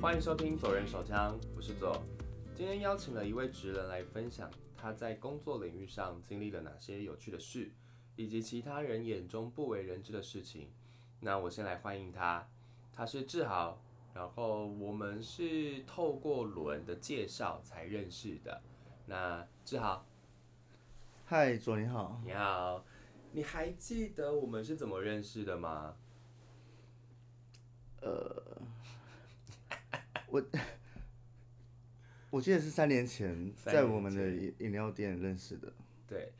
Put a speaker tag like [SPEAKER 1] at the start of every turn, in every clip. [SPEAKER 1] 欢迎收听左人手枪，我是左。今天邀请了一位职人来分享他在工作领域上经历了哪些有趣的事，以及其他人眼中不为人知的事情。那我先来欢迎他，他是志豪，然后我们是透过伦的介绍才认识的。那志豪，
[SPEAKER 2] 嗨，左你好，
[SPEAKER 1] 你好，你还记得我们是怎么认识的吗？
[SPEAKER 2] 我记得是三年前
[SPEAKER 1] 三
[SPEAKER 2] 在
[SPEAKER 1] 年
[SPEAKER 2] 我们的饮饮料店认识的。
[SPEAKER 1] 对，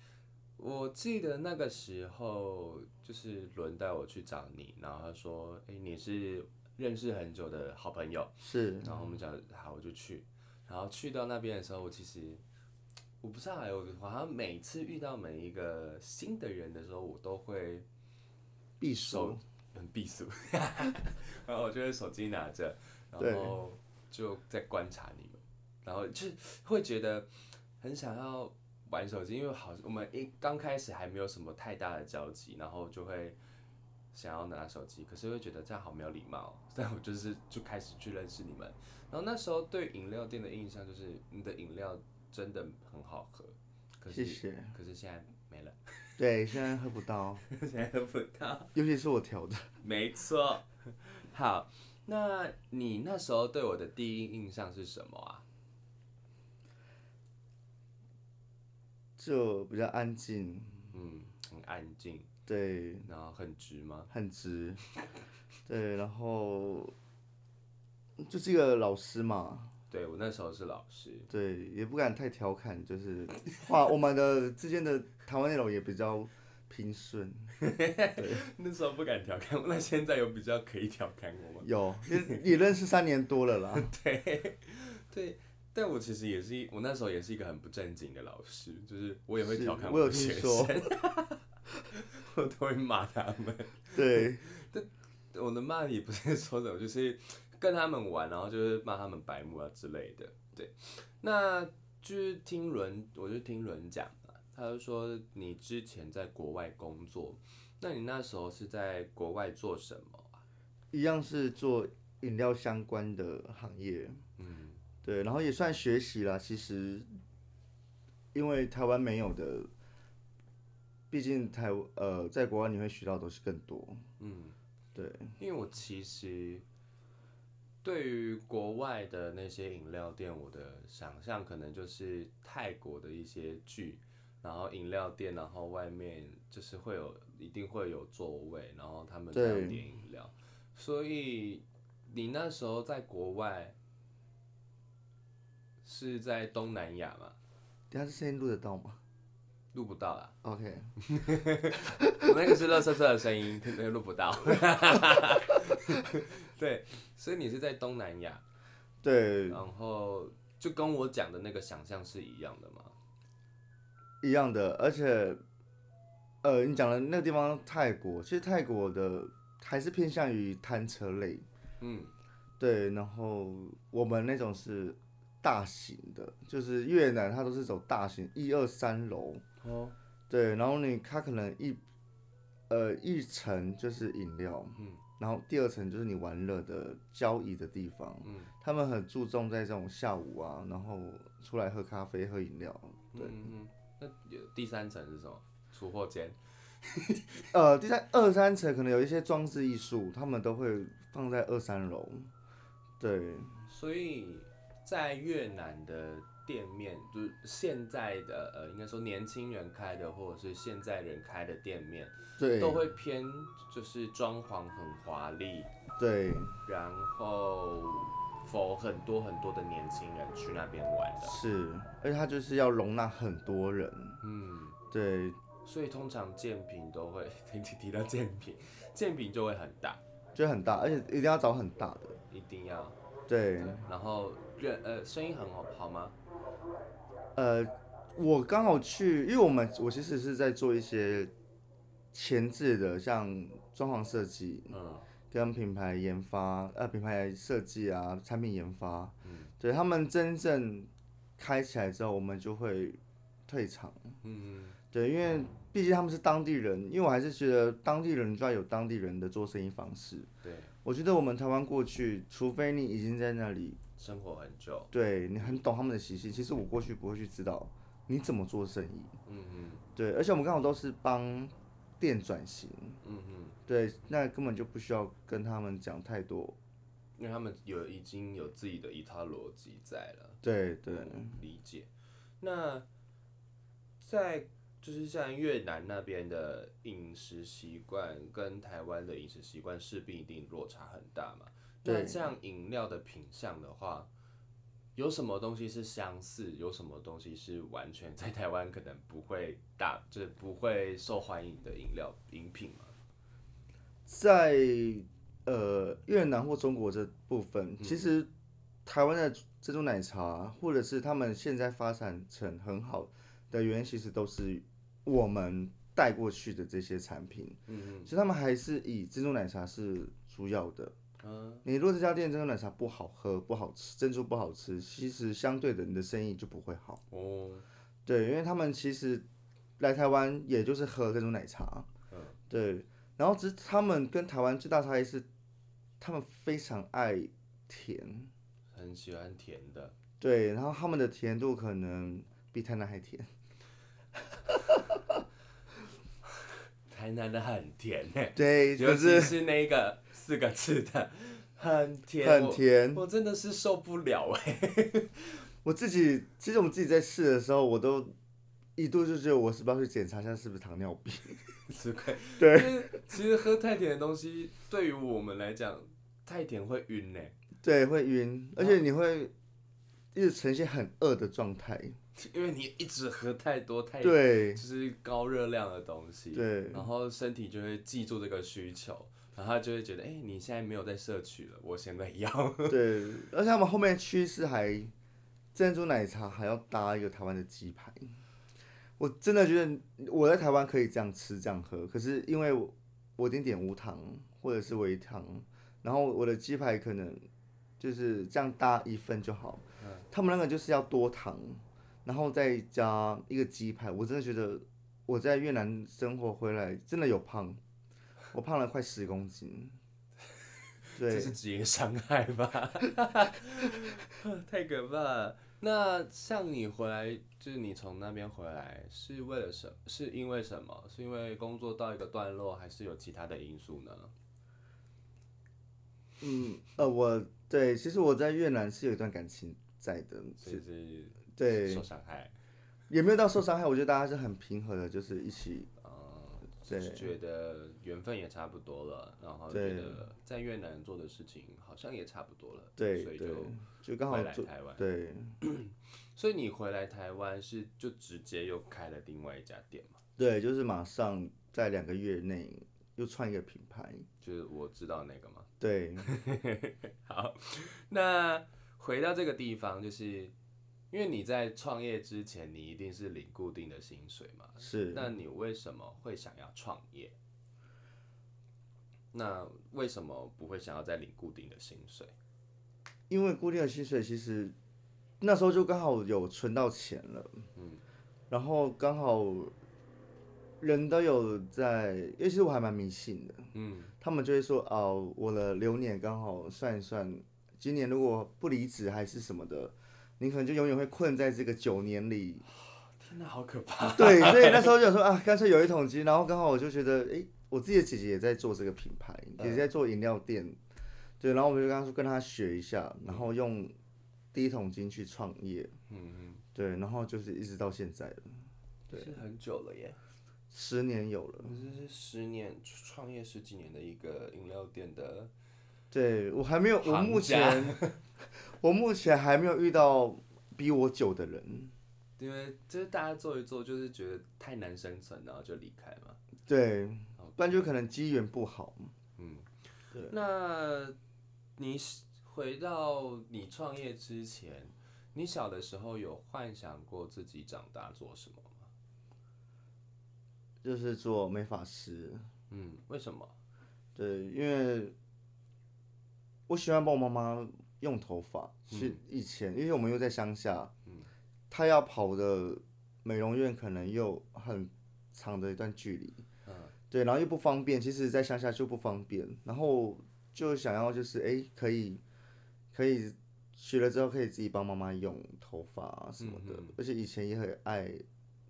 [SPEAKER 1] 我记得那个时候就是轮带我去找你，然后他说：“哎、你是认识很久的好朋友。”
[SPEAKER 2] 是，
[SPEAKER 1] 然后我们讲好，我就去。然后去到那边的时候，我其实我不知道哎、我好像每次遇到每一个新的人的时候，我都会
[SPEAKER 2] 避暑
[SPEAKER 1] 手很避暑，然后我就会手机拿着，
[SPEAKER 2] 对
[SPEAKER 1] 然后就在观察你们，然后就是会觉得很想要玩手机，因为好我们一刚开始还没有什么太大的交集，然后就会想要拿手机，可是会觉得这样好没有礼貌，哦 但我就是就开始去认识你们，然后那时候对饮料店的印象就是你的饮料真的很好喝，可
[SPEAKER 2] 谢
[SPEAKER 1] 是
[SPEAKER 2] 谢。
[SPEAKER 1] 可是现在没了，
[SPEAKER 2] 对，现在喝不到，
[SPEAKER 1] 现在喝不到。
[SPEAKER 2] 尤其是我调的。
[SPEAKER 1] 没错。好，那你那时候对我的第一印象是什么啊？
[SPEAKER 2] 就比较安静，
[SPEAKER 1] 嗯，很安静，
[SPEAKER 2] 对，
[SPEAKER 1] 然后很直吗？
[SPEAKER 2] 很直，对，然后就是一个老师嘛，
[SPEAKER 1] 对我那时候是老师，
[SPEAKER 2] 对，也不敢太调侃，就是话我们的之间的谈话内容也比较平顺，
[SPEAKER 1] 那时候不敢调侃，那现在有比较可以调侃我吗？
[SPEAKER 2] 有，也也认识三年多了啦，
[SPEAKER 1] 对，但我其实也是一，我那时候也是一个很不正经的老师，就是我也会
[SPEAKER 2] 是
[SPEAKER 1] 调侃
[SPEAKER 2] 我有
[SPEAKER 1] 的
[SPEAKER 2] 听
[SPEAKER 1] 学
[SPEAKER 2] 说
[SPEAKER 1] 生， 我都会骂他们。
[SPEAKER 2] 对。
[SPEAKER 1] 我的骂也不是说什么， 就是跟他们玩，然后就是骂他们白目啊之类的。对，那就是听伦，我就听伦讲嘛，他就说你之前在国外工作，那你那时候是在国外做什么啊？
[SPEAKER 2] 一样是做饮料相关的行业，
[SPEAKER 1] 嗯，
[SPEAKER 2] 对，然后也算学习啦。其实，因为台湾没有的，毕竟台呃，在国外你会学到的东西更多。
[SPEAKER 1] 嗯，
[SPEAKER 2] 对，
[SPEAKER 1] 因为我其实对于国外的那些饮料店，我的想象可能就是泰国的一些剧，然后饮料店，然后外面就是会有一定会有座位，然后他们这样
[SPEAKER 2] 对
[SPEAKER 1] 点饮料。所以你那时候在国外是在东南亚嘛？
[SPEAKER 2] 等一下这声音录得到吗
[SPEAKER 1] 录不到啦，
[SPEAKER 2] ？OK，
[SPEAKER 1] 我那个是乐色色的声音，那个录不到。 对，所以你是在东南亚。
[SPEAKER 2] 对，
[SPEAKER 1] 然后就跟我讲的那个想象是一样的嘛。
[SPEAKER 2] 一样的，而且，呃，你讲的那个地方泰国，其实泰国的还是偏向于摊车类，
[SPEAKER 1] 嗯，
[SPEAKER 2] 对，然后我们那种是大型的，就是越南它都是走大型一二三楼，
[SPEAKER 1] 哦，
[SPEAKER 2] 对，然后你它可能一呃一层就是饮料，
[SPEAKER 1] 嗯，
[SPEAKER 2] 然后第二层就是你玩乐的交易的地方，
[SPEAKER 1] 嗯，
[SPEAKER 2] 他们很注重在这种下午啊，然后出来喝咖啡、喝饮料，对，
[SPEAKER 1] 嗯嗯嗯那有第三层是什么？储货间。
[SPEAKER 2] 呃，第三二三层可能有一些装置艺术，他们都会放在二三楼，对，
[SPEAKER 1] 所以在越南的店面，就是现在的呃，应该说年轻人开的，或者是现在人开的店面，
[SPEAKER 2] 对，
[SPEAKER 1] 都会偏就是装潢很华丽，
[SPEAKER 2] 对，
[SPEAKER 1] 然后否很多很多的年轻人去那边玩的。
[SPEAKER 2] 是，而且它就是要容纳很多人，
[SPEAKER 1] 嗯，
[SPEAKER 2] 对，
[SPEAKER 1] 所以通常建品都会 提提到建品，建品就会很大。
[SPEAKER 2] 就很大，而且一定要找很大的，
[SPEAKER 1] 一定要
[SPEAKER 2] 对，
[SPEAKER 1] 然后人呃声音很好好吗？
[SPEAKER 2] 呃，我刚好去，因为我们我其实是在做一些前置的，像装潢设计
[SPEAKER 1] 嗯
[SPEAKER 2] 跟品牌研发，呃，品牌设计啊，产品研发，
[SPEAKER 1] 嗯
[SPEAKER 2] 对他们真正开起来之后，我们就会退场。
[SPEAKER 1] 嗯，
[SPEAKER 2] 对，因为毕竟他们是当地人，因为我还是觉得当地人就要有当地人的做生意方式。
[SPEAKER 1] 对，
[SPEAKER 2] 我觉得我们台湾过去，除非你已经在那里，
[SPEAKER 1] 生活很久，
[SPEAKER 2] 对你很懂他们的习性。其实我过去不会去知道你怎么做生意。
[SPEAKER 1] 嗯嗯
[SPEAKER 2] 对，而且我们刚好都是帮店转型，
[SPEAKER 1] 嗯嗯，
[SPEAKER 2] 对，那根本就不需要跟他们讲太多。
[SPEAKER 1] 因为他们有已经有自己的一套逻辑在了。
[SPEAKER 2] 对对，
[SPEAKER 1] 嗯理解。那在就是像越南那边的饮食习惯跟台湾的饮食习惯势必一定落差很大嘛。那
[SPEAKER 2] 对
[SPEAKER 1] 这样饮料的品相的话，有什么东西是相似，有什么东西是完全在台湾可能不会大，就是不会受欢迎的饮料饮品吗？
[SPEAKER 2] 在呃越南或中国这部分，
[SPEAKER 1] 嗯
[SPEAKER 2] 其实台湾的珍珠奶茶，或者是他们现在发展成很好的原因，其实都是我们带过去的这些产品。
[SPEAKER 1] 嗯
[SPEAKER 2] 其实他们还是以珍珠奶茶是主要的。
[SPEAKER 1] 嗯
[SPEAKER 2] 你如果这家店珍珠奶茶不好喝、不好吃，珍珠不好吃，其实相对的你的生意就不会好。
[SPEAKER 1] 哦，
[SPEAKER 2] 对，因为他们其实来台湾也就是喝珍珠奶茶，嗯，对。然后只是他们跟台湾最大差异是，他们非常爱甜，
[SPEAKER 1] 很喜欢甜的，
[SPEAKER 2] 对，然后他们的甜度可能比台南还甜。
[SPEAKER 1] 台南的很甜呢、
[SPEAKER 2] 对，
[SPEAKER 1] 尤
[SPEAKER 2] 就
[SPEAKER 1] 其
[SPEAKER 2] 是
[SPEAKER 1] 是那个四个字的，很甜，
[SPEAKER 2] 很甜。
[SPEAKER 1] 我，我真的是受不了哎、
[SPEAKER 2] 我自己其实我们自己在试的时候，我都一度就觉得我是不是要去检查一下是不是糖尿病。
[SPEAKER 1] 吃亏。
[SPEAKER 2] 对
[SPEAKER 1] 就是其实喝太甜的东西，对于我们来讲，太甜会晕欸呢、
[SPEAKER 2] 对，会晕，而且你会一直呈现很饿的状态。
[SPEAKER 1] 因为你一直喝太多太，
[SPEAKER 2] 对
[SPEAKER 1] 就是高热量的东西，
[SPEAKER 2] 对
[SPEAKER 1] 然后身体就会记住这个需求。然后他就会觉得，哎、你现在没有在摄取了，我现在要。
[SPEAKER 2] 对，而且他们后面趋势还珍珠奶茶还要搭一个台湾的鸡排。我真的觉得我在台湾可以这样吃这样喝，可是因为我我一定点无糖或者是微糖，然后我的鸡排可能就是这样搭一份就好。他们那个就是要多糖，然后再加一个鸡排。我真的觉得我在越南生活回来真的有胖，我胖了快十公斤。 对，
[SPEAKER 1] 这是职业伤害吧？ 太可怕了。那像你回来，就是你从那边回来，是为了什？是因为什么？是因为工作到一个段落，还是有其他的因素呢？
[SPEAKER 2] 嗯，呃，我对，其实我在越南是有一段感情在的，
[SPEAKER 1] 所以是
[SPEAKER 2] 对
[SPEAKER 1] 受，伤害，
[SPEAKER 2] 也没有到受伤害，我觉得大家是很平和的，就是一起，
[SPEAKER 1] 嗯，
[SPEAKER 2] 对
[SPEAKER 1] 就是觉得缘分也差不多了，然后觉
[SPEAKER 2] 对
[SPEAKER 1] 得在越南做的事情好像也差不多了，
[SPEAKER 2] 对
[SPEAKER 1] 所以
[SPEAKER 2] 对
[SPEAKER 1] 就，
[SPEAKER 2] 就刚
[SPEAKER 1] 回
[SPEAKER 2] 好
[SPEAKER 1] 来
[SPEAKER 2] 做，
[SPEAKER 1] 台湾。
[SPEAKER 2] 对，
[SPEAKER 1] 所以你回来台湾是就直接又开了另外一家店嘛？
[SPEAKER 2] 对，就是马上在两个月内又创一个品牌，
[SPEAKER 1] 就是我知道那个吗？
[SPEAKER 2] 对，
[SPEAKER 1] 好，那回到这个地方，就是因为你在创业之前，你一定是领固定的薪水嘛？
[SPEAKER 2] 是，
[SPEAKER 1] 那你为什么会想要创业？那为什么不会想要再领固定的薪水？
[SPEAKER 2] 因为固定的薪水其实那时候就刚好有存到钱了，
[SPEAKER 1] 嗯
[SPEAKER 2] 然后刚好人都有在，因为其实我还蛮迷信的。
[SPEAKER 1] 嗯
[SPEAKER 2] 他们就会说哦，我的流年刚好算一算，今年如果不离职还是什么的，你可能就永远会困在这个九年里。
[SPEAKER 1] 天哪，好可怕！
[SPEAKER 2] 对，所以那时候就想说啊，干脆有一桶金，然后刚好我就觉得，诶，我自己的姐姐也在做这个品牌，
[SPEAKER 1] 嗯
[SPEAKER 2] 也在做饮料店，对，然后我就跟她说跟她学一下，然后用第一桶金去创业，
[SPEAKER 1] 嗯，
[SPEAKER 2] 对，然后就是一直到现在了，
[SPEAKER 1] 对，嗯是很久了耶，
[SPEAKER 2] 十年有了。
[SPEAKER 1] 我这是十年创业十几年的一个饮料店的，
[SPEAKER 2] 对我还没有，我
[SPEAKER 1] 行
[SPEAKER 2] 目
[SPEAKER 1] 家
[SPEAKER 2] 前 我目前还没有遇到比我久的人。
[SPEAKER 1] 因为就是大家做一做，就是觉得太难生存，然后就离开嘛。
[SPEAKER 2] 对，不然就可能机缘不好。
[SPEAKER 1] 嗯
[SPEAKER 2] 对，
[SPEAKER 1] 那你是回到你创业之前，你小的时候有幻想过自己长大做什么吗？
[SPEAKER 2] 就是做美发师，
[SPEAKER 1] 嗯，为什么？
[SPEAKER 2] 对，因为我喜欢帮我妈妈用头发，是
[SPEAKER 1] 嗯
[SPEAKER 2] 以前，因为我们又在乡下，她要跑的美容院可能又很长的一段距离，
[SPEAKER 1] 嗯
[SPEAKER 2] 对，然后又不方便，其实在乡下就不方便，然后就想要就是哎、诶可以可以学了之后可以自己帮妈妈用头发啊什么的，
[SPEAKER 1] 嗯
[SPEAKER 2] 而且以前也很爱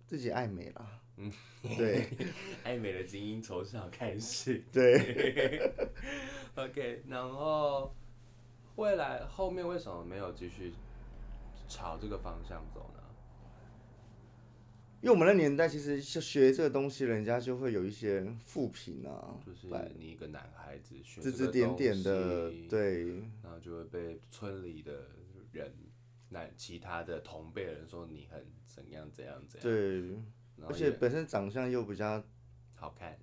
[SPEAKER 2] 自己爱美啦，嗯，对
[SPEAKER 1] 爱美的精英从小开始。
[SPEAKER 2] 对，
[SPEAKER 1] OK，然后未来后面为什么没有继续朝这个方向走呢？
[SPEAKER 2] 因为我们那年代其实就学这个东西，人家就会有一些负评啊，
[SPEAKER 1] 就是
[SPEAKER 2] 来
[SPEAKER 1] 你一个男孩子学
[SPEAKER 2] 指
[SPEAKER 1] 这
[SPEAKER 2] 指
[SPEAKER 1] 个
[SPEAKER 2] 点点的
[SPEAKER 1] 东西，啊
[SPEAKER 2] 对。
[SPEAKER 1] 然后就会被村里的人、那其他的同辈人说你很怎样怎样怎样，
[SPEAKER 2] 对，
[SPEAKER 1] 然
[SPEAKER 2] 而
[SPEAKER 1] 后
[SPEAKER 2] 且
[SPEAKER 1] 也
[SPEAKER 2] 本身长相又 比较，
[SPEAKER 1] 好看，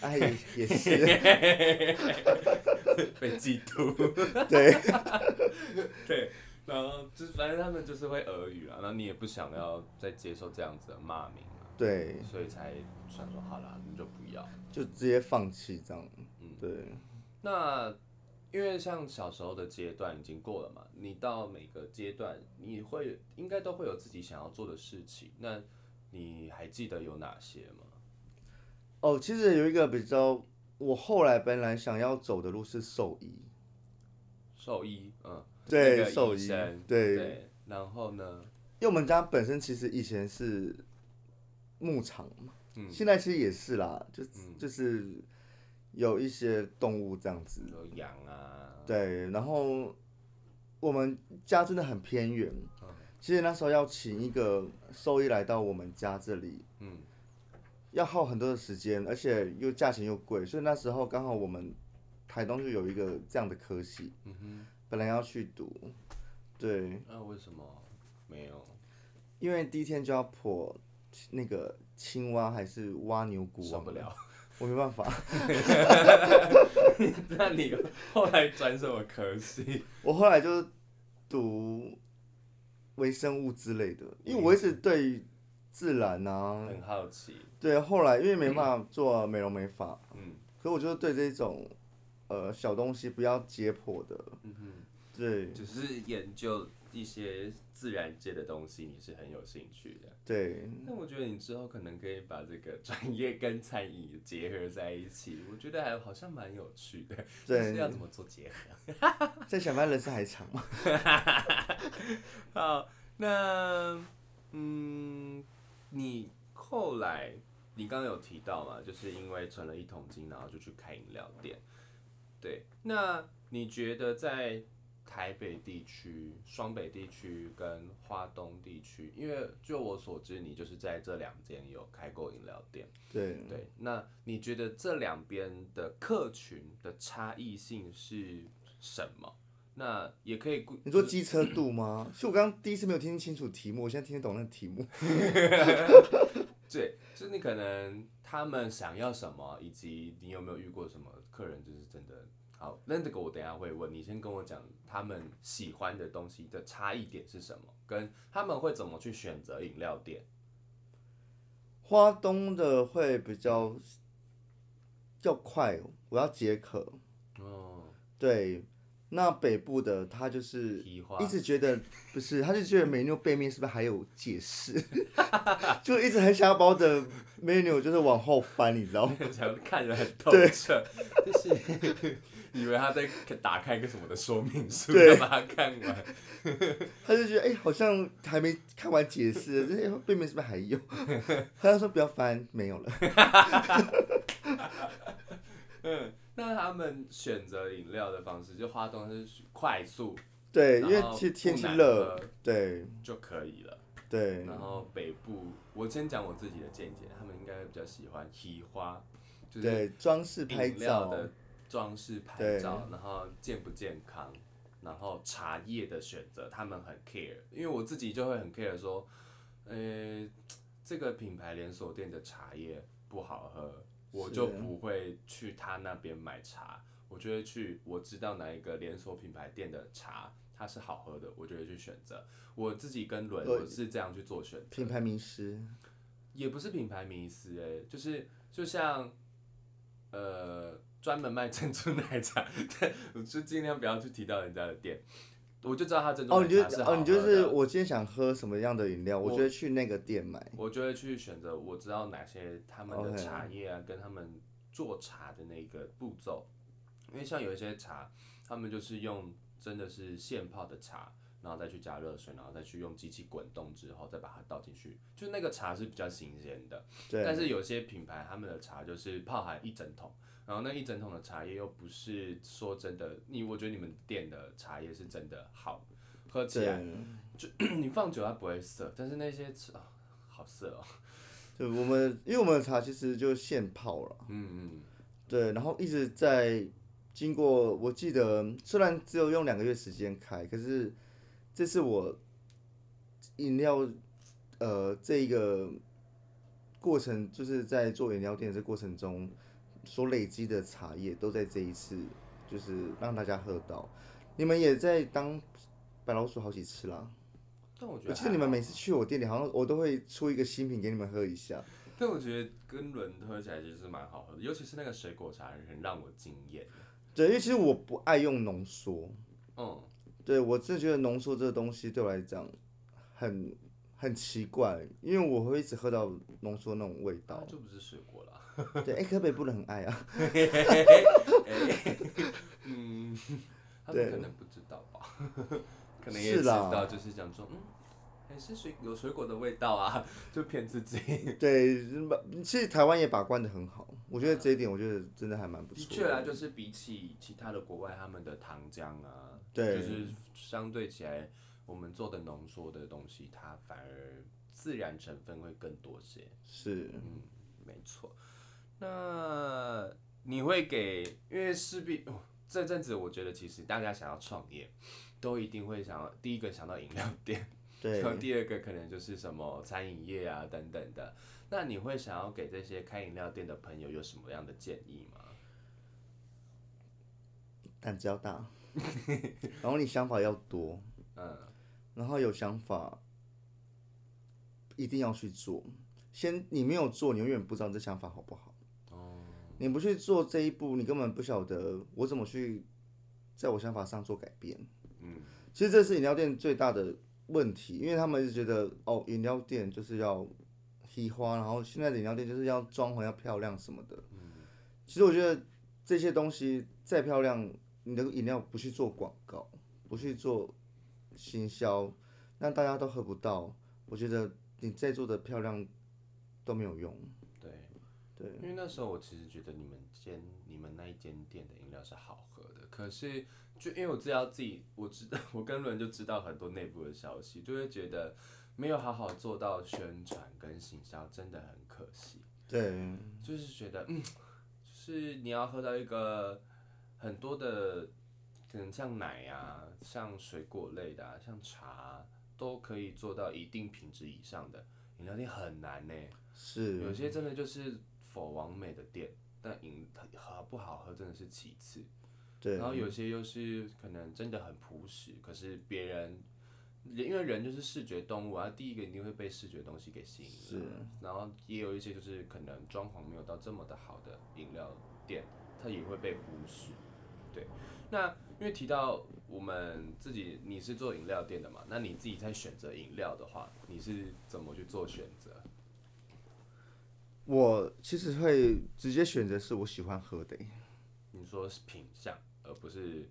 [SPEAKER 2] 哎，也是，
[SPEAKER 1] 被嫉妒。
[SPEAKER 2] 对，
[SPEAKER 1] 对，然后就是反正他们就是会耳语啊，然后你也不想要再接受这样子的骂名啊，
[SPEAKER 2] 对，
[SPEAKER 1] 所以才想说好啦，你就不要。
[SPEAKER 2] 就直接放弃这样，
[SPEAKER 1] 嗯
[SPEAKER 2] 对，
[SPEAKER 1] 那因为像小时候的阶段已经过了嘛，你到每个阶段，你会应该都会有自己想要做的事情。那你还记得有哪些吗？
[SPEAKER 2] 哦，其实有一个比较，我后来本来想要走的路是兽医，
[SPEAKER 1] 兽医，嗯，那
[SPEAKER 2] 对，
[SPEAKER 1] 个
[SPEAKER 2] 兽
[SPEAKER 1] 医
[SPEAKER 2] 医
[SPEAKER 1] 生，，
[SPEAKER 2] 对，
[SPEAKER 1] 对。然后呢？
[SPEAKER 2] 因为我们家本身其实以前是牧场嘛，
[SPEAKER 1] 嗯
[SPEAKER 2] 现在其实也是啦，就、
[SPEAKER 1] 嗯
[SPEAKER 2] 就是有一些动物这样子，
[SPEAKER 1] 有羊啊，
[SPEAKER 2] 对，然后我们家真的很偏远，
[SPEAKER 1] 嗯
[SPEAKER 2] 其实那时候要请一个兽医来到我们家这里，
[SPEAKER 1] 嗯，
[SPEAKER 2] 要耗很多的时间，而且又价钱又贵，所以那时候刚好我们台东就有一个这样的科系，
[SPEAKER 1] 嗯
[SPEAKER 2] 本来要去读，对嗯
[SPEAKER 1] 哼，，那为什么没有
[SPEAKER 2] 因为第一天就要破那个青蛙还是蛙牛骨
[SPEAKER 1] 受
[SPEAKER 2] 王
[SPEAKER 1] 不，了？
[SPEAKER 2] 我没办法，
[SPEAKER 1] 那你后来转什么科系？
[SPEAKER 2] 我后来就读微生物之类的，因为我一直对于自然啊，
[SPEAKER 1] 很好奇，
[SPEAKER 2] 对，后来因为没办法做美容美发，
[SPEAKER 1] 嗯
[SPEAKER 2] 可我就是对这种呃小东西不要解剖的，
[SPEAKER 1] 嗯哼。
[SPEAKER 2] 对
[SPEAKER 1] 就是研究一些自然界的东西，你是很有兴趣的。
[SPEAKER 2] 对，
[SPEAKER 1] 那我觉得你之后可能可以把这个专业跟餐饮结合在一起，我觉得还好像蛮有趣的。
[SPEAKER 2] 对
[SPEAKER 1] 就是要怎么做结合？
[SPEAKER 2] 在想办人生还长嘛，
[SPEAKER 1] 好，那嗯，你后来你刚刚有提到嘛，就是因为存了一桶金，然后就去开饮料店。对，那你觉得在台北地区、双北地区跟花东地区，因为就我所知，你就是在这两间有开过饮料店。
[SPEAKER 2] 对，
[SPEAKER 1] 对，那你觉得这两边的客群的差异性是什么？那也可以顾
[SPEAKER 2] 你说机车度吗？其实我刚刚第一次没有听清楚题目，我现在听得懂那个题目，
[SPEAKER 1] 对，就是你可能他们想要什么，以及你有没有遇过什么客人，就是真的好。那这个我等一下会问你，先跟我讲他们喜欢的东西的差异点是什么，跟他们会怎么去选择饮料店。
[SPEAKER 2] 花东的会比较要快，哦我要解渴，
[SPEAKER 1] 哦，
[SPEAKER 2] 对。那北部的他就是
[SPEAKER 1] 提花
[SPEAKER 2] 一直觉得不是，他就觉得 menu 背面是不是还有解释， 就一直很想要把我的 menu 就是往后翻，你知道吗？
[SPEAKER 1] 想要看人很透彻，就是 以为他在打开一个什么的说明书，
[SPEAKER 2] 对
[SPEAKER 1] 要把它看完。
[SPEAKER 2] 他就觉得哎、好像还没看完解释，这、哎背面是不是还有？ 他就说不要翻，没有了。
[SPEAKER 1] 嗯，那他们选择饮料的方式，就花东是快速
[SPEAKER 2] 对，
[SPEAKER 1] 然
[SPEAKER 2] 因为
[SPEAKER 1] 后
[SPEAKER 2] 其实天
[SPEAKER 1] 不
[SPEAKER 2] 气
[SPEAKER 1] 难
[SPEAKER 2] 热
[SPEAKER 1] 喝，
[SPEAKER 2] 对
[SPEAKER 1] 就可以了。
[SPEAKER 2] 对
[SPEAKER 1] 然后北部，我先讲我自己的见解，他们应该会比较喜欢提花，就是
[SPEAKER 2] 对，装饰拍
[SPEAKER 1] 饮料
[SPEAKER 2] 照，
[SPEAKER 1] 的装饰拍
[SPEAKER 2] 对
[SPEAKER 1] 照，然后健不健康，然后茶叶的选择，他们很 care，因为我自己就会很 care 说，呃，这个品牌连锁店的茶叶不好喝，我
[SPEAKER 2] 啊
[SPEAKER 1] 就是不会去他那边买茶，我就会去我知道哪一个连锁品牌店的茶。它是好喝的，我就会去选择。我自己跟伦，
[SPEAKER 2] 呃
[SPEAKER 1] 我是这样去做选择。
[SPEAKER 2] 品牌名师，
[SPEAKER 1] 也不是品牌迷思、欸，就是就像呃专门卖珍珠奶茶，但我就尽量不要去提到人家的店。我就知道它珍珠
[SPEAKER 2] 哦，
[SPEAKER 1] 奶
[SPEAKER 2] 你就
[SPEAKER 1] 茶是好喝的。
[SPEAKER 2] 哦，你就是我今天想喝什么样的饮料，我
[SPEAKER 1] 我
[SPEAKER 2] 觉得去那个店买。
[SPEAKER 1] 我就会去选择我知道哪些他们的
[SPEAKER 2] OK
[SPEAKER 1] 茶叶啊，跟他们做茶的那个步骤，因为像有一些茶，他们就是用真的是现泡的茶，然后再去加热水，然后再去用机器滚动之后再把它倒进去，就那个茶是比较新鲜的。
[SPEAKER 2] 对，
[SPEAKER 1] 但是有些品牌他们的茶就是泡含一整桶，然后那一整桶的茶叶又不是说真的，你我觉得你们店的茶叶是真的好喝起来，嗯
[SPEAKER 2] 对，
[SPEAKER 1] 你放久它不会涩，但是那些茶、啊好涩哦。
[SPEAKER 2] 对，我们因为我们的茶其实就现泡了，
[SPEAKER 1] 嗯嗯，
[SPEAKER 2] 对，然后一直在经过，我记得虽然只有用两个月时间开，可是这是我饮料呃这一个过程，就是在做饮料店的这过程中所累积的茶叶，都在这一次就是让大家喝到。你们也在当白老鼠好几次啦，
[SPEAKER 1] 但我觉
[SPEAKER 2] 我
[SPEAKER 1] 得
[SPEAKER 2] 记得你们每
[SPEAKER 1] 没，
[SPEAKER 2] 次去我店里，好像我都会出一个新品给你们喝一下。
[SPEAKER 1] 但我觉得跟伦喝起来其实是蛮好喝的，尤其是那个水果茶很让我惊艳。
[SPEAKER 2] 对，因为其实我不爱用浓缩，
[SPEAKER 1] 嗯，
[SPEAKER 2] 对我真的觉得浓缩这个东西对我来讲很很奇怪，因为我会一直喝到浓缩那种味
[SPEAKER 1] 它
[SPEAKER 2] 道。
[SPEAKER 1] 就不是水果啦。
[SPEAKER 2] 对，哎、可北不能很爱啊。
[SPEAKER 1] 嗯，他们
[SPEAKER 2] 对
[SPEAKER 1] 可能不知道吧， 可能也知
[SPEAKER 2] 是啦
[SPEAKER 1] 道，就是想说，嗯，还是水有水果的味道啊， 就骗自己。
[SPEAKER 2] 对，嗯其实台湾也把关的很好，我觉得这一点我觉得真的还蛮不
[SPEAKER 1] 的
[SPEAKER 2] 错。
[SPEAKER 1] 确啊，就是比起其他的国外，他们的糖浆啊，
[SPEAKER 2] 对
[SPEAKER 1] 就是相对起来，我们做的浓缩的东西，它反而自然成分会更多些。
[SPEAKER 2] 是
[SPEAKER 1] 嗯，没错。那你会给，因为势必、哦这阵子，我觉得其实大家想要创业，都一定会想要第一个想到饮料店，
[SPEAKER 2] 对
[SPEAKER 1] 然后第二个可能就是什么餐饮业啊等等的。那你会想要给这些开饮料店的朋友有什么样的建议吗？
[SPEAKER 2] 胆子要大，然后你想法要多，
[SPEAKER 1] 嗯，
[SPEAKER 2] 然后有想法一定要去做。先你没有做，你永远不知道你这想法好不好。
[SPEAKER 1] 哦，
[SPEAKER 2] 你不去做这一步，你根本不晓得我怎么去在我想法上做改变。
[SPEAKER 1] 嗯，
[SPEAKER 2] 其实这是饮料店最大的问题，因为他们就觉得哦，饮料店就是要提花，然后现在的饮料店就是要装潢要漂亮什么的。
[SPEAKER 1] 嗯
[SPEAKER 2] 其实我觉得这些东西再漂亮，你的饮料不去做广告，不去做行销，那大家都喝不到。我觉得你再做的漂亮都没有用。
[SPEAKER 1] 对，
[SPEAKER 2] 对，
[SPEAKER 1] 因为那时候我其实觉得你们间你们那一间店的饮料是好喝的，可是就因为我知道自己，我知道 我跟伦就知道很多内部的消息，就会觉得没有好好做到宣传跟行销，真的很可惜。
[SPEAKER 2] 对，
[SPEAKER 1] 就是觉得，嗯，就是你要喝到一个很多的，可能像奶啊，像水果类的、啊，像茶啊、都可以做到一定品质以上的饮料店很难呢、
[SPEAKER 2] 是。
[SPEAKER 1] 有些真的就是否完美的店，但饮好不好喝真的是其次。
[SPEAKER 2] 对，
[SPEAKER 1] 然后有些又是可能真的很朴实，可是别人，因为人就是视觉动物啊，第一个一定会被视觉东西给吸引了。然后也有一些就是可能装潢没有到这么的好的饮料店，它也会被忽视。对，那因为提到我们自己，你是做饮料店的嘛？那你自己在选择饮料的话，你是怎么去做选择？
[SPEAKER 2] 我其实会直接选择是我喜欢喝的欸、
[SPEAKER 1] 你说是品相，而不是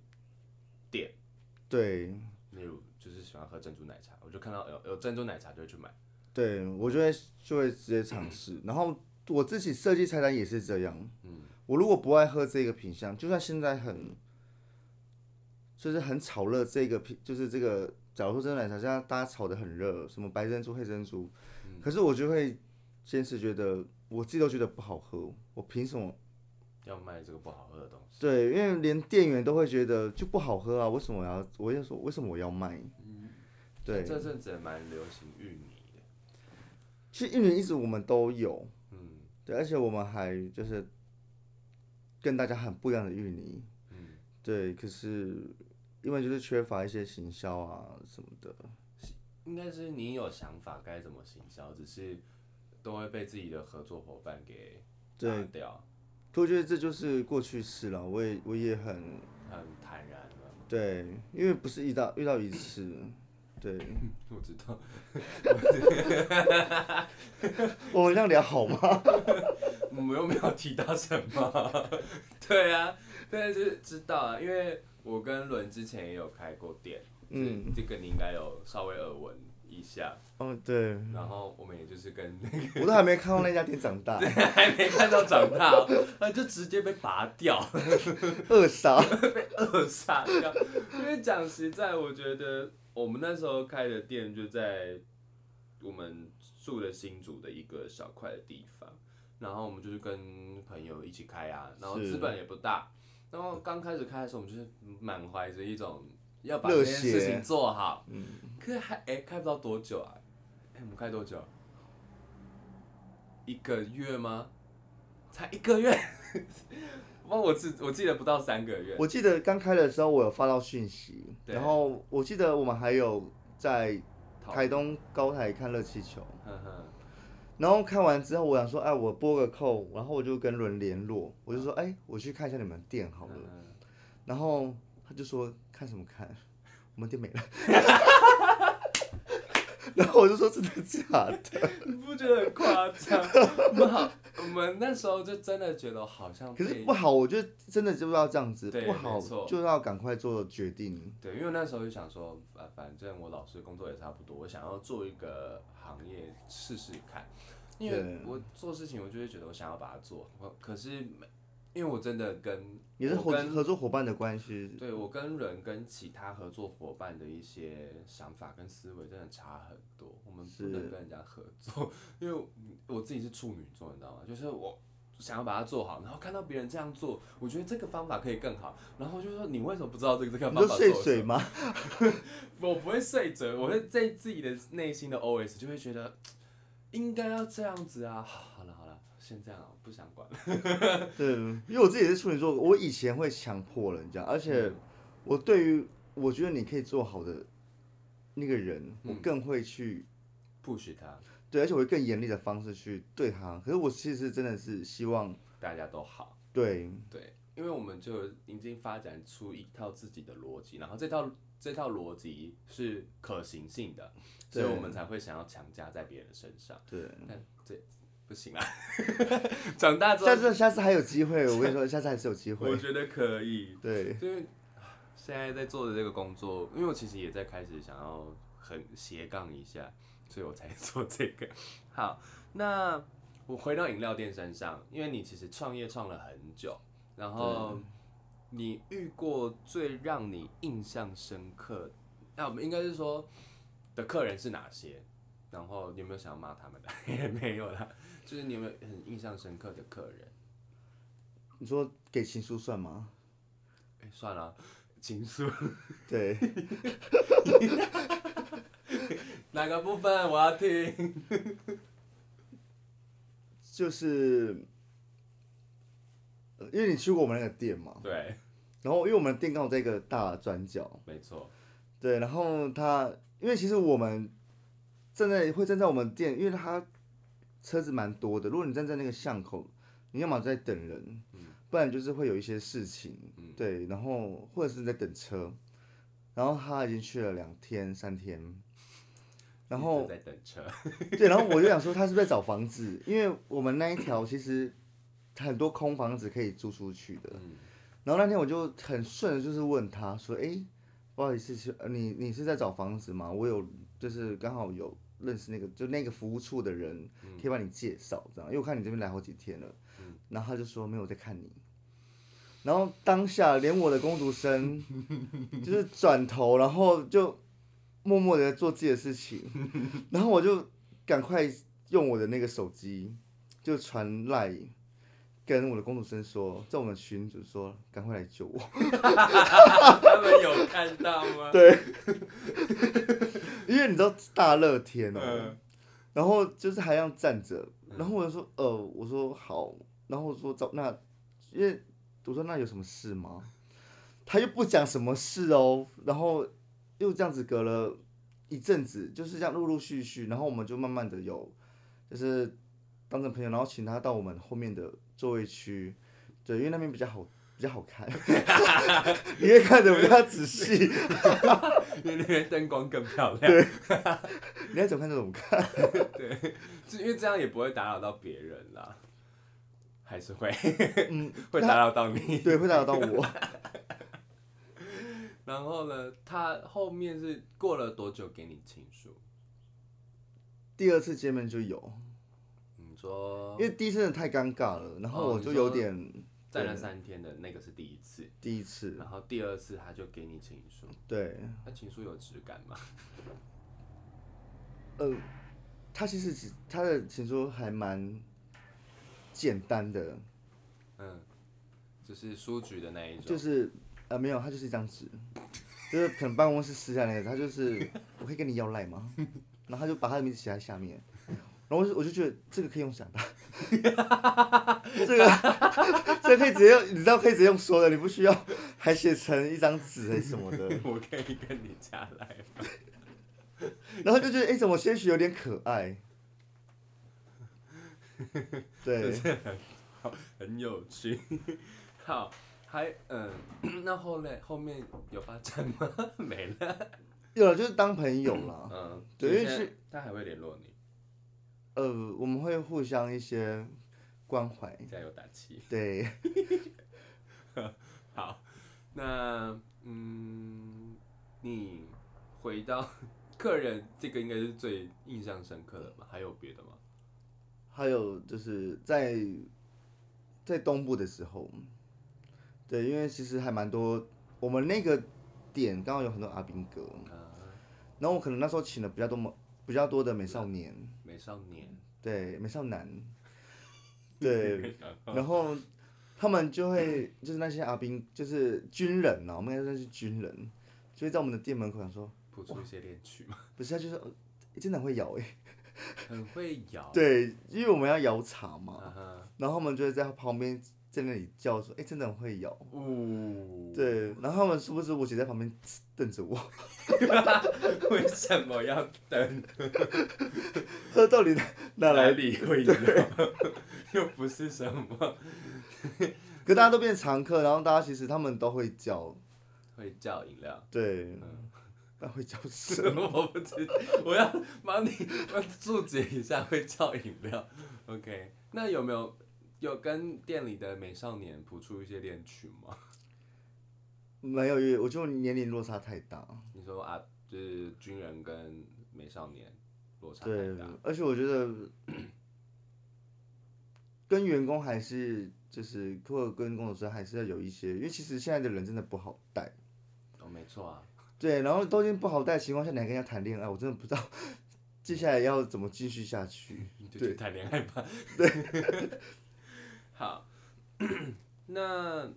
[SPEAKER 2] 对
[SPEAKER 1] 例如就是喜欢喝珍珠奶茶，我就看到有有珍珠奶茶就会去买。
[SPEAKER 2] 对，我就会就会直接尝试。然后我自己设计菜单也是这样，嗯，我如果不爱喝这个品相，就算现在很就是很炒热这个品，就是这个，假如说珍珠奶茶现在大家炒的很热，什么白珍珠、黑珍珠，可是我就会坚持觉得我自己都觉得不好喝，我凭什么？
[SPEAKER 1] 要卖这个不好喝的东西，
[SPEAKER 2] 对，因为连店员都会觉得就不好喝啊，为什么我要？我要说为什么我要卖？对，
[SPEAKER 1] 这阵子也蛮流行芋泥的，
[SPEAKER 2] 其实玉米一直我们都有，
[SPEAKER 1] 嗯，
[SPEAKER 2] 对，而且我们还就是跟大家很不一样的芋泥，嗯，对，可是因为就是缺乏一些行销啊什么的，
[SPEAKER 1] 应该是你有想法该怎么行销，只是都会被自己的合作伙伴给打
[SPEAKER 2] 对，
[SPEAKER 1] 掉，
[SPEAKER 2] 可我觉得这就是过去式了，我也我也很
[SPEAKER 1] 很坦然了，
[SPEAKER 2] 对，因为不是遇到遇到一次， 对，
[SPEAKER 1] 我知道，
[SPEAKER 2] 我们这样聊好吗？
[SPEAKER 1] 我们又没有提到什么。 对啊，对，就是知道啊，因为我跟伦之前也有开过店，
[SPEAKER 2] 嗯
[SPEAKER 1] 嗯，这个你应该有稍微耳闻一下。
[SPEAKER 2] 哦，对，
[SPEAKER 1] 然后我们也就是跟那个
[SPEAKER 2] 我都还没看到那家店长 大，
[SPEAKER 1] 还没看到长大、哦， 他就直接被拔掉。
[SPEAKER 2] 扼杀。
[SPEAKER 1] 扼杀掉。因为讲实在，我觉得我们那时候开的店就在我们住的新竹的一个小块的地方，然后我们就是跟朋友一起开啊，然后
[SPEAKER 2] 是
[SPEAKER 1] 资本也不大，然后刚开始开的时候，我们就是满怀着一种要把这
[SPEAKER 2] 热
[SPEAKER 1] 件事
[SPEAKER 2] 血
[SPEAKER 1] 情做好，
[SPEAKER 2] 嗯，
[SPEAKER 1] 可是还哎、开不到多久啊？哎、我们开多久？一个月吗？才一个月， 我我记我记得不到三个月。
[SPEAKER 2] 我记得刚开的时候我有发到讯息，
[SPEAKER 1] 对
[SPEAKER 2] 然后我记得我们还有在
[SPEAKER 1] 讨
[SPEAKER 2] 台东高台看热气球，
[SPEAKER 1] 呵呵，
[SPEAKER 2] 然后看完之后我想说，哎，我拨个扣，然后我就跟伦联络，我就
[SPEAKER 1] 啊
[SPEAKER 2] 说，哎，我去看一下你们店好了。
[SPEAKER 1] 嗯
[SPEAKER 2] 然后他就说看什么看，我们店没了。 然后我就说真的假的？
[SPEAKER 1] 你不觉得很夸张？我们好，我们那时候就真的觉得好像
[SPEAKER 2] 可是
[SPEAKER 1] 被
[SPEAKER 2] 不好，我觉得真的就要这样子，
[SPEAKER 1] 对
[SPEAKER 2] 不好
[SPEAKER 1] 没错
[SPEAKER 2] 就要赶快做决定。
[SPEAKER 1] 对，因为那时候就想说，啊，反正我老师工作也差不多，我想要做一个行业试试看，因为
[SPEAKER 2] 对
[SPEAKER 1] 我做事情，我就会觉得我想要把它做，我可是没因为我真的跟
[SPEAKER 2] 也是
[SPEAKER 1] 我
[SPEAKER 2] 合
[SPEAKER 1] 跟
[SPEAKER 2] 合作伙伴的关系，
[SPEAKER 1] 对我跟人跟其他合作伙伴的一些想法跟思维真的差很多，我们不
[SPEAKER 2] 是
[SPEAKER 1] 能跟人家合作，因为我自己是处女座，你知道吗？就是我想要把它做好，然后看到别人这样做，我觉得这个方法可以更好，然后就说你为什么不知道这个这个
[SPEAKER 2] 你
[SPEAKER 1] 方
[SPEAKER 2] 就
[SPEAKER 1] 法？
[SPEAKER 2] 睡水？吗？
[SPEAKER 1] 我不会睡着，我会在自己的内心的 OS 就会觉得应该要这样子啊，好了好了，先这样啊，我不想管了。
[SPEAKER 2] 对，因为我自己也是处女座，我以前会强迫人家，而且
[SPEAKER 1] 嗯
[SPEAKER 2] 我对于我觉得你可以做好的那个人，我
[SPEAKER 1] 嗯
[SPEAKER 2] 更会去
[SPEAKER 1] 不许他，
[SPEAKER 2] 对，而且我会更严厉的方式去对他。可是我其实真的是希望
[SPEAKER 1] 大家都好。
[SPEAKER 2] 对
[SPEAKER 1] 对，因为我们就已经发展出一套自己的逻辑，然后这套这套逻辑是可行性的，所以
[SPEAKER 2] 对
[SPEAKER 1] 我们才会想要强加在别人身上。
[SPEAKER 2] 对。
[SPEAKER 1] 但这不行啊， 长大之后
[SPEAKER 2] 下次下次还有机会，我跟你 说，下次还是有机
[SPEAKER 1] 我
[SPEAKER 2] 会。
[SPEAKER 1] 觉得可以，
[SPEAKER 2] 对，
[SPEAKER 1] 因为啊现在在做的这个工作，因为我其实也在开始想要很斜杠一下，所以我才 做这个。好，那我回到饮料店身上，因为你其实创业创了很久，然后你遇过最让你印象深刻，啊那我们应该是说的客人是哪些？然后你有没有想要骂他们的？ 也没有啦，就是你有没有很印象深刻的客人？
[SPEAKER 2] 你说给情书算吗？
[SPEAKER 1] 哎、算了， 情书。
[SPEAKER 2] 对，
[SPEAKER 1] 哪个部分我要听？
[SPEAKER 2] 就是呃因为你去过我们那个店嘛，
[SPEAKER 1] 对，
[SPEAKER 2] 然后因为我们的店刚好在一个大转角，
[SPEAKER 1] 没错，
[SPEAKER 2] 对，然后他因为其实我们站在会站在我们店，因为他车子蛮多的，如果你站在那个巷口，你要么在等人，不然就是会有一些事情，
[SPEAKER 1] 嗯
[SPEAKER 2] 对，然后或者是你在等车，然后他已经去了两天三天，然后
[SPEAKER 1] 一直在等车，
[SPEAKER 2] 对，然后我就想说他是不是在找房子，因为我们那一条其实很多空房子可以租出去的。
[SPEAKER 1] 嗯
[SPEAKER 2] 然后那天我就很顺的，就是问他说：“诶，不好意思，是呃你你是在找房子吗？我有就是刚好有认识那个就那个服务处的人，可以帮你介绍这样，因为我看你这边来好几天了。然后他就说：“没有，我在看你。”然后当下连我的工读生就是转头，然后就默默的做自己的事情，然后我就赶快用我的那个手机就传赖跟我的工读生说，在我们群组说赶快来救我，
[SPEAKER 1] 他们有看到吗？
[SPEAKER 2] 对， 因为你知道大热天哦、
[SPEAKER 1] 嗯
[SPEAKER 2] 然后就是还要站着，然后我就说呃，我说好，然后我说找那，因为我说那有什么事吗？他又不讲什么事哦，然后又这样子隔了一阵子，就是这样陆陆续续，然后我们就慢慢的有，就是当成朋友，然后请他到我们后面的座位区，对，因为那边比较好比较好看， 你会看得比较仔细，
[SPEAKER 1] 因为那边灯光更漂亮，
[SPEAKER 2] 你爱怎么看就怎么看。
[SPEAKER 1] 就因为这样也不会打扰到别人啦，还是会
[SPEAKER 2] 嗯，
[SPEAKER 1] 会打扰到你。
[SPEAKER 2] 对，会打扰到我。
[SPEAKER 1] 然后呢，他后面是过了多久给你情书？
[SPEAKER 2] 第二次见面就有，
[SPEAKER 1] 你说
[SPEAKER 2] 因为第一次真的太尴尬了，然后
[SPEAKER 1] 哦
[SPEAKER 2] 我
[SPEAKER 1] 你说
[SPEAKER 2] 就有点
[SPEAKER 1] 站了三天的那个是第一次，
[SPEAKER 2] 第一次，
[SPEAKER 1] 然后第二次他就给你情书，
[SPEAKER 2] 对，
[SPEAKER 1] 那情书有质感吗？
[SPEAKER 2] 呃，他其实只他的情书还蛮简单的，
[SPEAKER 1] 嗯，就是书局的那一种，
[SPEAKER 2] 就是呃没有，他就是一张纸，就是可能办公室撕下那个，他就是 我可以跟你要赖吗？然后他就把他的名字写在下面，然后我就我就觉得这个可以 用想的，这个这个可以直接用，你知道可以直接用说的，你不需要还写成一张纸还是什么的，
[SPEAKER 1] 我可以跟你加来吗？
[SPEAKER 2] 然后就觉得哎、诶怎么些许有点可爱，对。
[SPEAKER 1] 很有趣。 好，还嗯， 那后来后面有发展吗？ 没了。
[SPEAKER 2] 有了，就是当朋友啦。
[SPEAKER 1] 嗯，
[SPEAKER 2] 对
[SPEAKER 1] 所以
[SPEAKER 2] 因为
[SPEAKER 1] 现在他还会联络你，
[SPEAKER 2] 呃，我们会互相一些关怀，
[SPEAKER 1] 加油打气。
[SPEAKER 2] 对，
[SPEAKER 1] 好， 那嗯，你回到 客人这个应该是最印象深刻的吧？还有别的吗？
[SPEAKER 2] 还有就是在在东部的时候，对，因为其实还蛮多，我们那个点刚好有很多阿兵哥，
[SPEAKER 1] 呃，
[SPEAKER 2] 然后我可能那时候请了比较多么比较多的美少年，
[SPEAKER 1] 美少年，
[SPEAKER 2] 对，美少男，对，然后他们就会就是那些阿兵，就是军人呐、啊我们应该算是军人，就会在我们的店门口想说，
[SPEAKER 1] 谱出一些恋曲 嘛，
[SPEAKER 2] 不是，他就是、呃真的很会咬哎、
[SPEAKER 1] 很会摇。
[SPEAKER 2] 对，因为我们要摇茶嘛，
[SPEAKER 1] 啊哈，
[SPEAKER 2] 然后他们就会在旁边在那里叫说：“哎、真的很会摇。
[SPEAKER 1] 哦呜”，
[SPEAKER 2] 对，然后他们殊不知我姐在旁边瞪着 我，
[SPEAKER 1] 为什么要等？
[SPEAKER 2] 这到底哪哪来 的？
[SPEAKER 1] 里会摇？ 又不是什么
[SPEAKER 2] 可大家都变常客，然后大家其实他们都会叫，
[SPEAKER 1] 会叫饮料。
[SPEAKER 2] 对，
[SPEAKER 1] 嗯，
[SPEAKER 2] 那会叫什么？
[SPEAKER 1] 我不知道，我要帮你帮注解一下会叫饮料。OK，那有没有有跟店里的美少年谱出一些恋曲吗？
[SPEAKER 2] 没有，因为我觉得我年龄落差太大，
[SPEAKER 1] 你说啊，就是军人跟美少年落差太
[SPEAKER 2] 对
[SPEAKER 1] 大。，
[SPEAKER 2] 而且我觉得跟员工还是就是或者跟工作生还是要有一些，因为其实现在的人真的不好带。
[SPEAKER 1] 哦，没错啊，
[SPEAKER 2] 对，然后都已经不好带的情况下，你还跟人家谈恋爱，我真的不知道接下来要怎么继续下去。
[SPEAKER 1] 你就去谈恋爱吧。对， 好， 那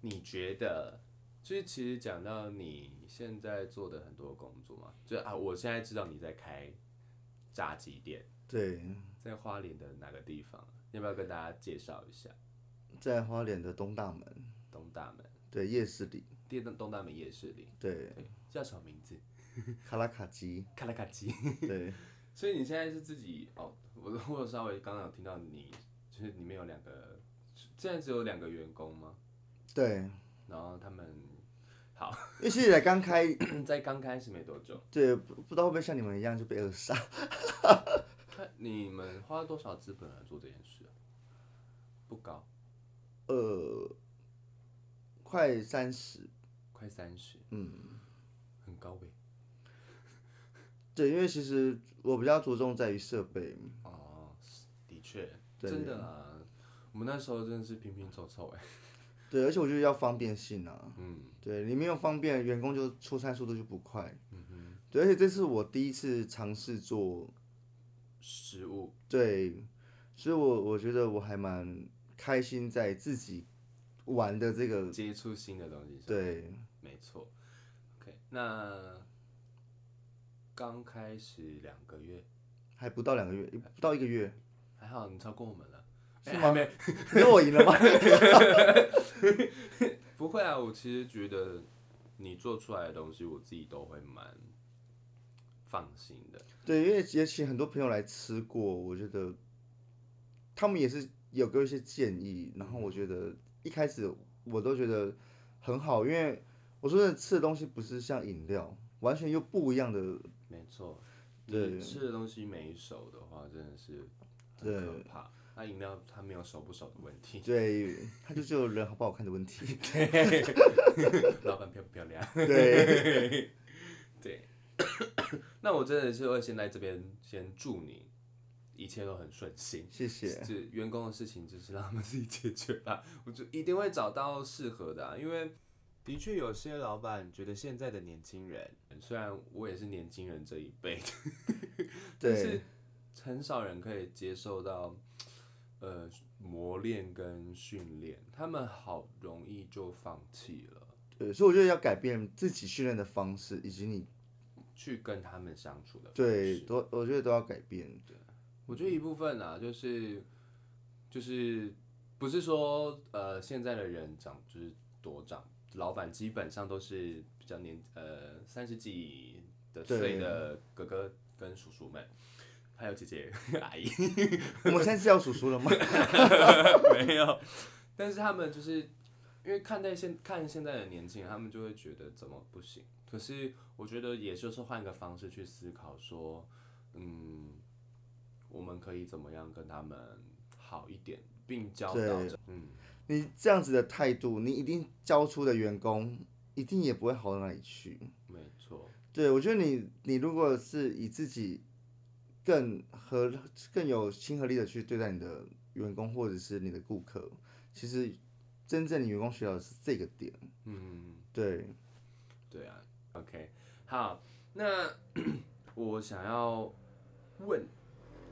[SPEAKER 1] 你觉得，就是其实讲到你现在做的很多工作嘛，就啊，我现在知道你在开炸鸡店，
[SPEAKER 2] 对，
[SPEAKER 1] 在花莲的哪个地方？要不要跟大家介绍一下
[SPEAKER 2] 在花莲的东大门，
[SPEAKER 1] 东大门？
[SPEAKER 2] 对，夜市里，
[SPEAKER 1] 店东东大门夜市里，
[SPEAKER 2] 对，
[SPEAKER 1] 对，叫什么名字？
[SPEAKER 2] 卡拉卡基，
[SPEAKER 1] 卡拉卡鸡。
[SPEAKER 2] 对，
[SPEAKER 1] 所以你现在是自己哦，我我有稍微刚刚有听到你，就是里面有两个，现在只有两个员工吗？
[SPEAKER 2] 对，
[SPEAKER 1] 然后他们
[SPEAKER 2] 因为其实才刚开，
[SPEAKER 1] 在刚开始没多久，
[SPEAKER 2] 对，不不知道会不会像你们一样就被扼杀。
[SPEAKER 1] 看你们花多少资本来做这件事啊？不高，
[SPEAKER 2] 呃，快三十，
[SPEAKER 1] 快三十，
[SPEAKER 2] 嗯，
[SPEAKER 1] 很高呗。
[SPEAKER 2] 对，因为其实我比较着重在于设备，
[SPEAKER 1] 哦，的确，
[SPEAKER 2] 对
[SPEAKER 1] 真的啊，我们那时候真的是拼拼凑凑哎。
[SPEAKER 2] 对，而且我觉得要方便性啊，
[SPEAKER 1] 嗯
[SPEAKER 2] 对，你没有方便，员工就出餐速度就不快。
[SPEAKER 1] 嗯哼，
[SPEAKER 2] 对，而且这是我第一次尝试做，
[SPEAKER 1] 食物
[SPEAKER 2] 对，所以我我觉得我还蛮开心在自己玩的这个，
[SPEAKER 1] 接触新的东西，，
[SPEAKER 2] 对，
[SPEAKER 1] 没错。OK，那刚开始两个月。
[SPEAKER 2] 还不到两个月，不到一个月，
[SPEAKER 1] 还好你超过我们了，
[SPEAKER 2] 是
[SPEAKER 1] 哎
[SPEAKER 2] 吗
[SPEAKER 1] 还 没，
[SPEAKER 2] 因为我赢了吗？
[SPEAKER 1] 不会啊。我其实觉得你做出来的东西，我自己都会蛮放心的。
[SPEAKER 2] 对，因为也请很多朋友来吃过，我觉得他们也是有给我一些建议，然后我觉得一开始我都觉得很好，因为我说的吃的东西不是像饮料，完全又不一样的
[SPEAKER 1] 没错，
[SPEAKER 2] 对
[SPEAKER 1] 你吃的东西没熟的话，真的是很
[SPEAKER 2] 对
[SPEAKER 1] 可怕。那饮料它没有熟不熟的问题，
[SPEAKER 2] 对，它就只有人好不好看的问题。
[SPEAKER 1] 老板漂不漂亮？
[SPEAKER 2] 对，
[SPEAKER 1] 对，那我真的是会先来这边先祝你一切都很顺心。
[SPEAKER 2] 谢谢。
[SPEAKER 1] 就员工的事情就是让他们自己解决啦，我就一定会找到适合的、啊，因为的确有些老板觉得现在的年轻人，虽然我也是年轻人这一辈，但
[SPEAKER 2] 对
[SPEAKER 1] 是很少人可以接受到呃磨练跟训练，他们好容易就放弃了。
[SPEAKER 2] 对，所以我觉得要改变自己训练的方式，以及你
[SPEAKER 1] 去跟他们相处的方
[SPEAKER 2] 对
[SPEAKER 1] 式
[SPEAKER 2] 都，我觉得都要改变。
[SPEAKER 1] 我觉得一部分啊，就是就是不是说呃现在的人长就是多长，老板基本上都是比较年呃三十几的
[SPEAKER 2] 对
[SPEAKER 1] 岁的哥哥跟叔叔们，还有姐姐 阿姨
[SPEAKER 2] 我们现在是要数数了吗？
[SPEAKER 1] 没有，但是他们就是因为看待现看现在的年轻人，他们就会觉得怎么不行。可是我觉得也就是换个方式去思考说，嗯，我们可以怎么样跟他们好一点，并教导
[SPEAKER 2] 对
[SPEAKER 1] 着，嗯，
[SPEAKER 2] 你这样子的态度，你一定教出的员工一定也不会好到哪里去。
[SPEAKER 1] 没错，
[SPEAKER 2] 对，我觉得你你如果是以自己更合更有亲和力的去对待你的员工或者是你的顾客，其实真正你员工学到的是这个点。
[SPEAKER 1] 嗯，
[SPEAKER 2] 对，
[SPEAKER 1] 对啊，OK，好，那 我想要问，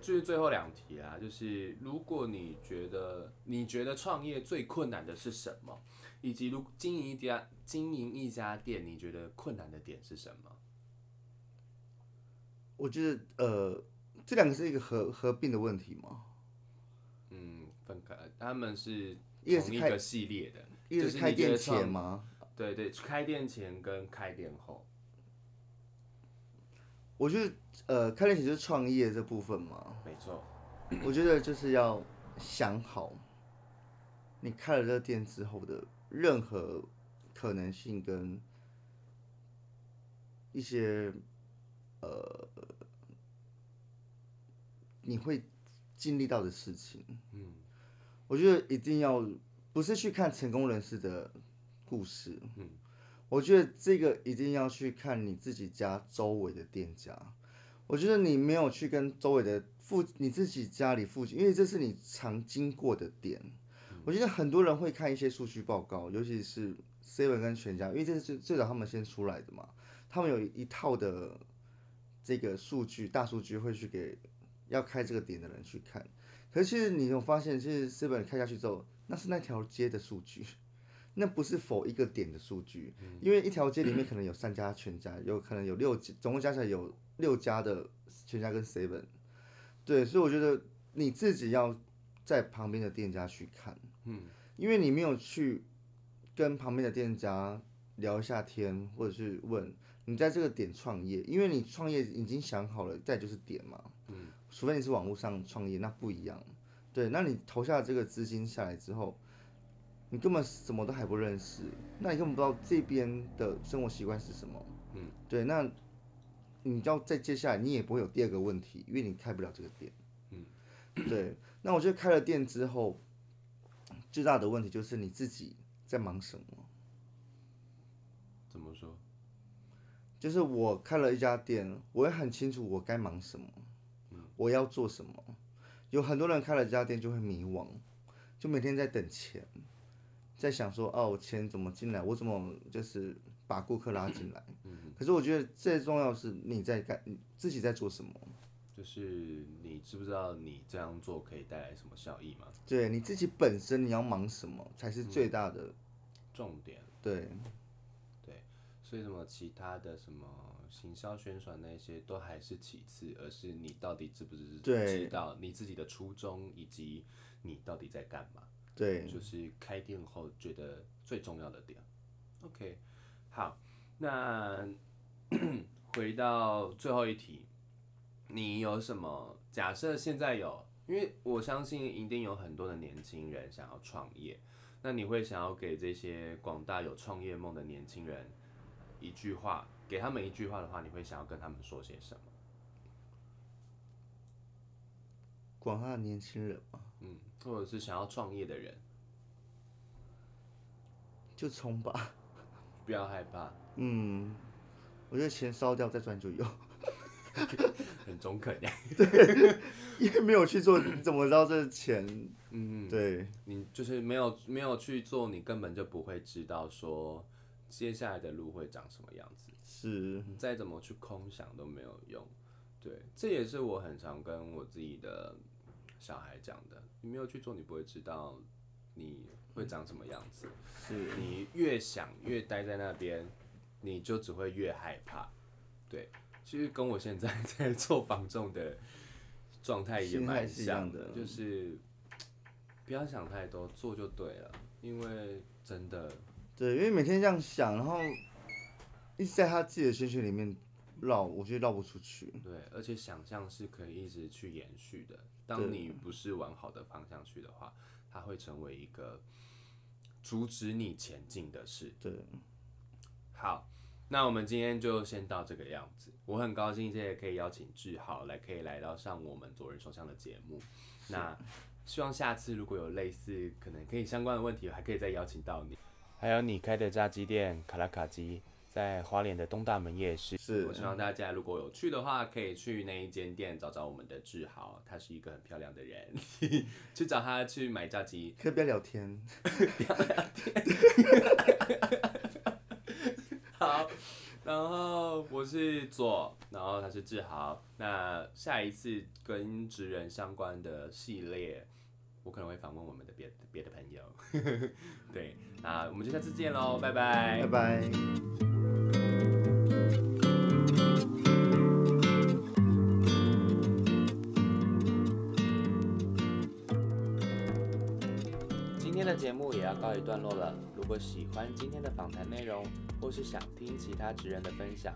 [SPEAKER 1] 就是最后两题啦，就是如果你觉得你觉得创业最困难的是什么，以及如经营一家经营一家店，你觉得困难的点是什么？
[SPEAKER 2] 我觉得呃，这两个是一个合合并的问题嘛，
[SPEAKER 1] 嗯，分开，他们是
[SPEAKER 2] 一个是
[SPEAKER 1] 同一
[SPEAKER 2] 开
[SPEAKER 1] 个系列的，
[SPEAKER 2] 一个
[SPEAKER 1] 就是是
[SPEAKER 2] 开
[SPEAKER 1] 你觉
[SPEAKER 2] 店
[SPEAKER 1] 得
[SPEAKER 2] 前
[SPEAKER 1] 创
[SPEAKER 2] 嘛，
[SPEAKER 1] 对对，开店前跟开店后，
[SPEAKER 2] 我觉得呃，开店前就是创业这部分嘛，
[SPEAKER 1] 没错，
[SPEAKER 2] 我觉得就是要想好，你开了这个店之后的任何可能性跟一些呃，你会经历到的事情。
[SPEAKER 1] 嗯，
[SPEAKER 2] 我觉得一定要不是去看成功人士的故事，
[SPEAKER 1] 嗯，
[SPEAKER 2] 我觉得这个一定要去看你自己家周围的店家。我觉得你没有去跟周围的附你自己家里附近，因为这是你常经过的店。我觉得很多人会看一些数据报告，尤其是 Seven 跟全家，因为这是最最早他们先出来的嘛，他们有一套的这个数据大数据会去给要开这个点的人去看。可是其实你有发现，其实 Seven 开下去之后，那是那条街的数据，那不是否一个点的数据，因为一条街里面可能有三家全家，有可能有六家，总共加起来有六家的全家跟 Seven，对，所以我觉得你自己要在旁边的店家去看，
[SPEAKER 1] 嗯，
[SPEAKER 2] 因为你没有去跟旁边的店家聊一下天，或者是问你在这个点创业，因为你创业已经想好了，再就是点嘛，嗯，除非你是网络上创业，那不一样，对，那你投下这个资金下来之后。你根本什么都还不认识，那你根本不知道这边的生活习惯是什么。
[SPEAKER 1] 嗯，
[SPEAKER 2] 对，那你要再接下来，你也不会有第二个问题，因为你开不了这个店。嗯，对。那我觉得开了店之后，最大的问题就是你自己在忙什么。
[SPEAKER 1] 怎么说？
[SPEAKER 2] 就是我开了一家店，我也很清楚我该忙什么，我要做什么。有很多人开了这家店就会迷惘，就每天在等钱，在想说哦，我钱怎么进来，我怎么就是把顾客拉进来。可是我觉得最重要的是你在干，你自己在做什么，
[SPEAKER 1] 就是你知不知道你这样做可以带来什么效益吗？
[SPEAKER 2] 对你自己本身你要忙什么才是最大的。
[SPEAKER 1] 重点。
[SPEAKER 2] 对，
[SPEAKER 1] 所以什么其他的什么行销宣传那些都还是其次，而是你到底知不知
[SPEAKER 2] 对
[SPEAKER 1] 知道你自己的初衷以及你到底在干嘛，
[SPEAKER 2] 对，
[SPEAKER 1] 就是开店后觉得最重要的点。OK，好，那 回到最后一题，你有什么假设？现在有，因为我相信一定有很多的年轻人想要创业，那你会想要给这些广大有创业梦的年轻人一句话，给他们一句话的话，你会想要跟他们说些什么？
[SPEAKER 2] 广大的年轻人嘛，
[SPEAKER 1] 嗯，或者是想要创业的人，
[SPEAKER 2] 就冲吧。
[SPEAKER 1] 不要害怕，
[SPEAKER 2] 嗯，我觉得钱烧掉再赚就有，
[SPEAKER 1] 很中肯呀。
[SPEAKER 2] 因为没有去做，你怎么知道这是钱？
[SPEAKER 1] 嗯，
[SPEAKER 2] 对，
[SPEAKER 1] 你就是没有没有去做，你根本就不会知道说接下来的路会长什么样子。
[SPEAKER 2] 是，
[SPEAKER 1] 你再怎么去空想都没有用。对，这也是我很常跟我自己的小孩讲的。你没有去做，你不会知道你会长什么样子。
[SPEAKER 2] 是，
[SPEAKER 1] 你越想越待在那边，你就只会越害怕。对，其实跟我现在 在做防重的状态也蛮
[SPEAKER 2] 心态是一样
[SPEAKER 1] 像
[SPEAKER 2] 的嗯
[SPEAKER 1] 就是不要想太多，做就对了。因为真的，
[SPEAKER 2] 对，因为每天这样想，然后一直在他自己的圈圈里面绕，我觉得绕不出去。
[SPEAKER 1] 对，而且想象是可以一直去延续的。当
[SPEAKER 2] 对
[SPEAKER 1] 你不是往好的方向去的话，它会成为一个阻止你前进的事。
[SPEAKER 2] 对，
[SPEAKER 1] 好，那我们今天就先到这个样子。我很高兴，这也可以邀请志豪来，可以来到上我们昨日首相的节目。那希望下次如果有类似可能可以相关的问题，还可以再邀请到你。还有你开的炸鸡店卡拉卡鸡，在花莲的东大门夜市。
[SPEAKER 2] 是
[SPEAKER 1] 我，希望大家如果有去的话，可以去那一间店找找我们的志豪，他是一个很漂亮的人， 去找他去买炸鸡。
[SPEAKER 2] 可以不要聊天。
[SPEAKER 1] 好，然后我是左，然后他是志豪。那下一次跟职人相关的系列，我可能会访问我们的别别的朋友。 对，那我们就下次见喽，拜拜
[SPEAKER 2] 拜。拜。
[SPEAKER 1] 今天的节目也要告一段落了。如果喜欢今天的访谈内容，或是想听其他职人的分享，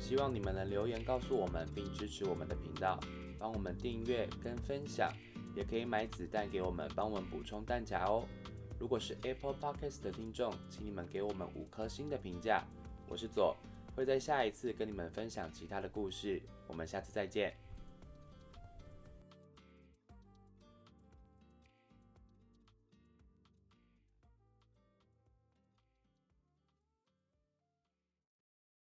[SPEAKER 1] 希望你们能留言告诉我们，并支持我们的频道，帮我们订阅跟分享，也可以买子弹给我们，帮我们补充弹夹哦。如果是 Apple Podcast 的听众，请你们给我们五颗星的评价。我是左，会在下一次跟你们分享其他的故事，我们下次再见，